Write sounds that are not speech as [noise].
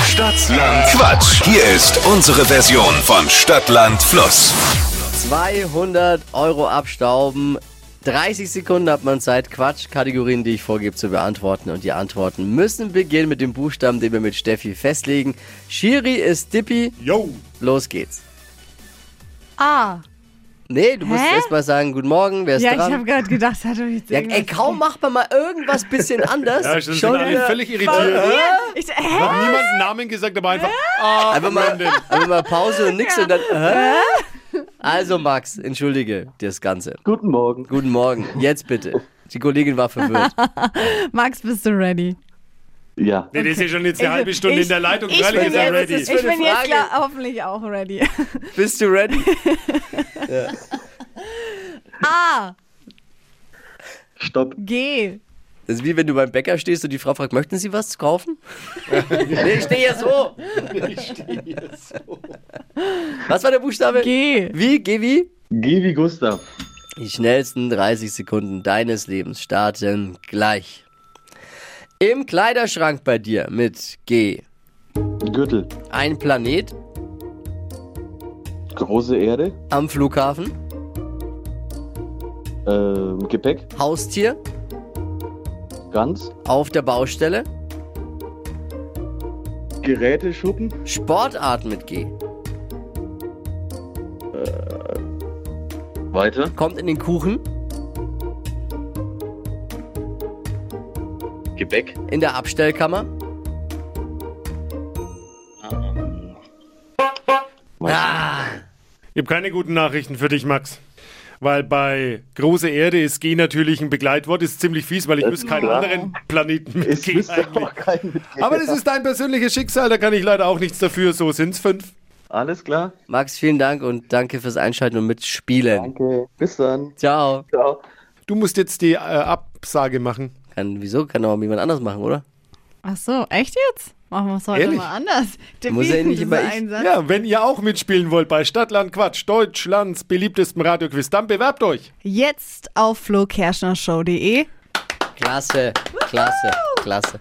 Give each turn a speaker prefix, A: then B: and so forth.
A: Stadtland Quatsch. Hier ist unsere Version von Stadtland Fluss.
B: 200 Euro abstauben. 30 Sekunden hat man Zeit, Quatschkategorien, die ich vorgebe, zu beantworten. Und die Antworten müssen beginnen mit dem Buchstaben, den wir mit Steffi festlegen. Schiri ist Dippi.
C: Yo,
B: Los geht's.
D: Ah.
B: Nee, du musst
D: Hä?
B: erst mal sagen, guten Morgen, wer ist
D: Ja, ich
B: dran?
D: habe gerade gedacht, hat er jetzt
B: ja,
D: irgendwas-
B: ey, kaum macht man mal irgendwas
D: [laughs]
B: bisschen anders.
C: ja, schon sind alle
B: wieder-
C: völlig irritiert.
D: Ich, hä?
C: Hat niemand einen Namen gesagt, aber einfach. Ah,
B: Einfach mal,
C: Blondin.
B: einfach mal Pause und nix und dann. Hä? Also, Max, entschuldige das Ganze.
E: Guten Morgen.
B: Guten Morgen, jetzt bitte. Die Kollegin war
D: [laughs]
B: verwirrt.
D: Max, bist du ready?
E: Ja,
C: Nee, der ist ja schon jetzt eine halbe Stunde in der Leitung.
D: Ich,
C: Freilich
D: bin,
C: ist er
D: jetzt,
C: ready.
B: ist
D: ich
B: für eine
D: bin jetzt
B: Frage.
D: klar, hoffentlich auch ready.
B: Bist du ready?
D: A,
E: stopp.
D: G,
B: Das ist wie wenn du beim Bäcker stehst und die Frau fragt, möchten Sie was kaufen? nee, ich stehe hier so. Was war der Buchstabe?
D: G,
B: Wie? Geh wie?
E: Geh wie Gustav.
B: Die schnellsten 30 Sekunden deines Lebens starten gleich. Im Kleiderschrank bei dir mit G.
E: Gürtel.
B: Ein Planet
E: Große Erde.
B: am Flughafen.
E: Ähm, Gepäck.
B: Haustier
E: Ganz.
B: auf der Baustelle.
E: Geräteschuppen.
B: Sportart mit G.
E: Weiter.
B: Kommt in den Kuchen.
E: Gebäck.
B: In der Abstellkammer.
C: Ich habe keine guten Nachrichten für dich, Max. Weil bei große Erde ist G natürlich ein Begleitwort, ist ziemlich fies, weil ich wüsste keinen
E: klar.
C: anderen Planeten mit
E: Es
C: G [laughs]
E: müsste
C: eigentlich.
E: auch kein mit G.
C: Aber das ist dein persönliches Schicksal, da kann ich leider auch nichts dafür. So sind's fünf.
E: Alles klar.
B: Max, vielen Dank und danke fürs Einschalten und Mitspielen.
E: Danke. Bis dann.
B: Ciao.
E: Ciao.
C: Du musst jetzt die äh, Absage machen.
B: Kann, wieso? Kann auch jemand anders machen, oder?
D: Ach so, echt jetzt? Machen wir es heute
C: Ehrlich?
D: mal anders. Der
B: Muss ja nicht immer ich-
D: Einsatz.
C: Ja, wenn ihr auch mitspielen wollt bei Stadtland Quatsch, Deutschlands beliebtestem Radioquiz, dann bewerbt euch.
D: Jetzt auf flokerschnershow.de.
B: Klasse, klasse, klasse.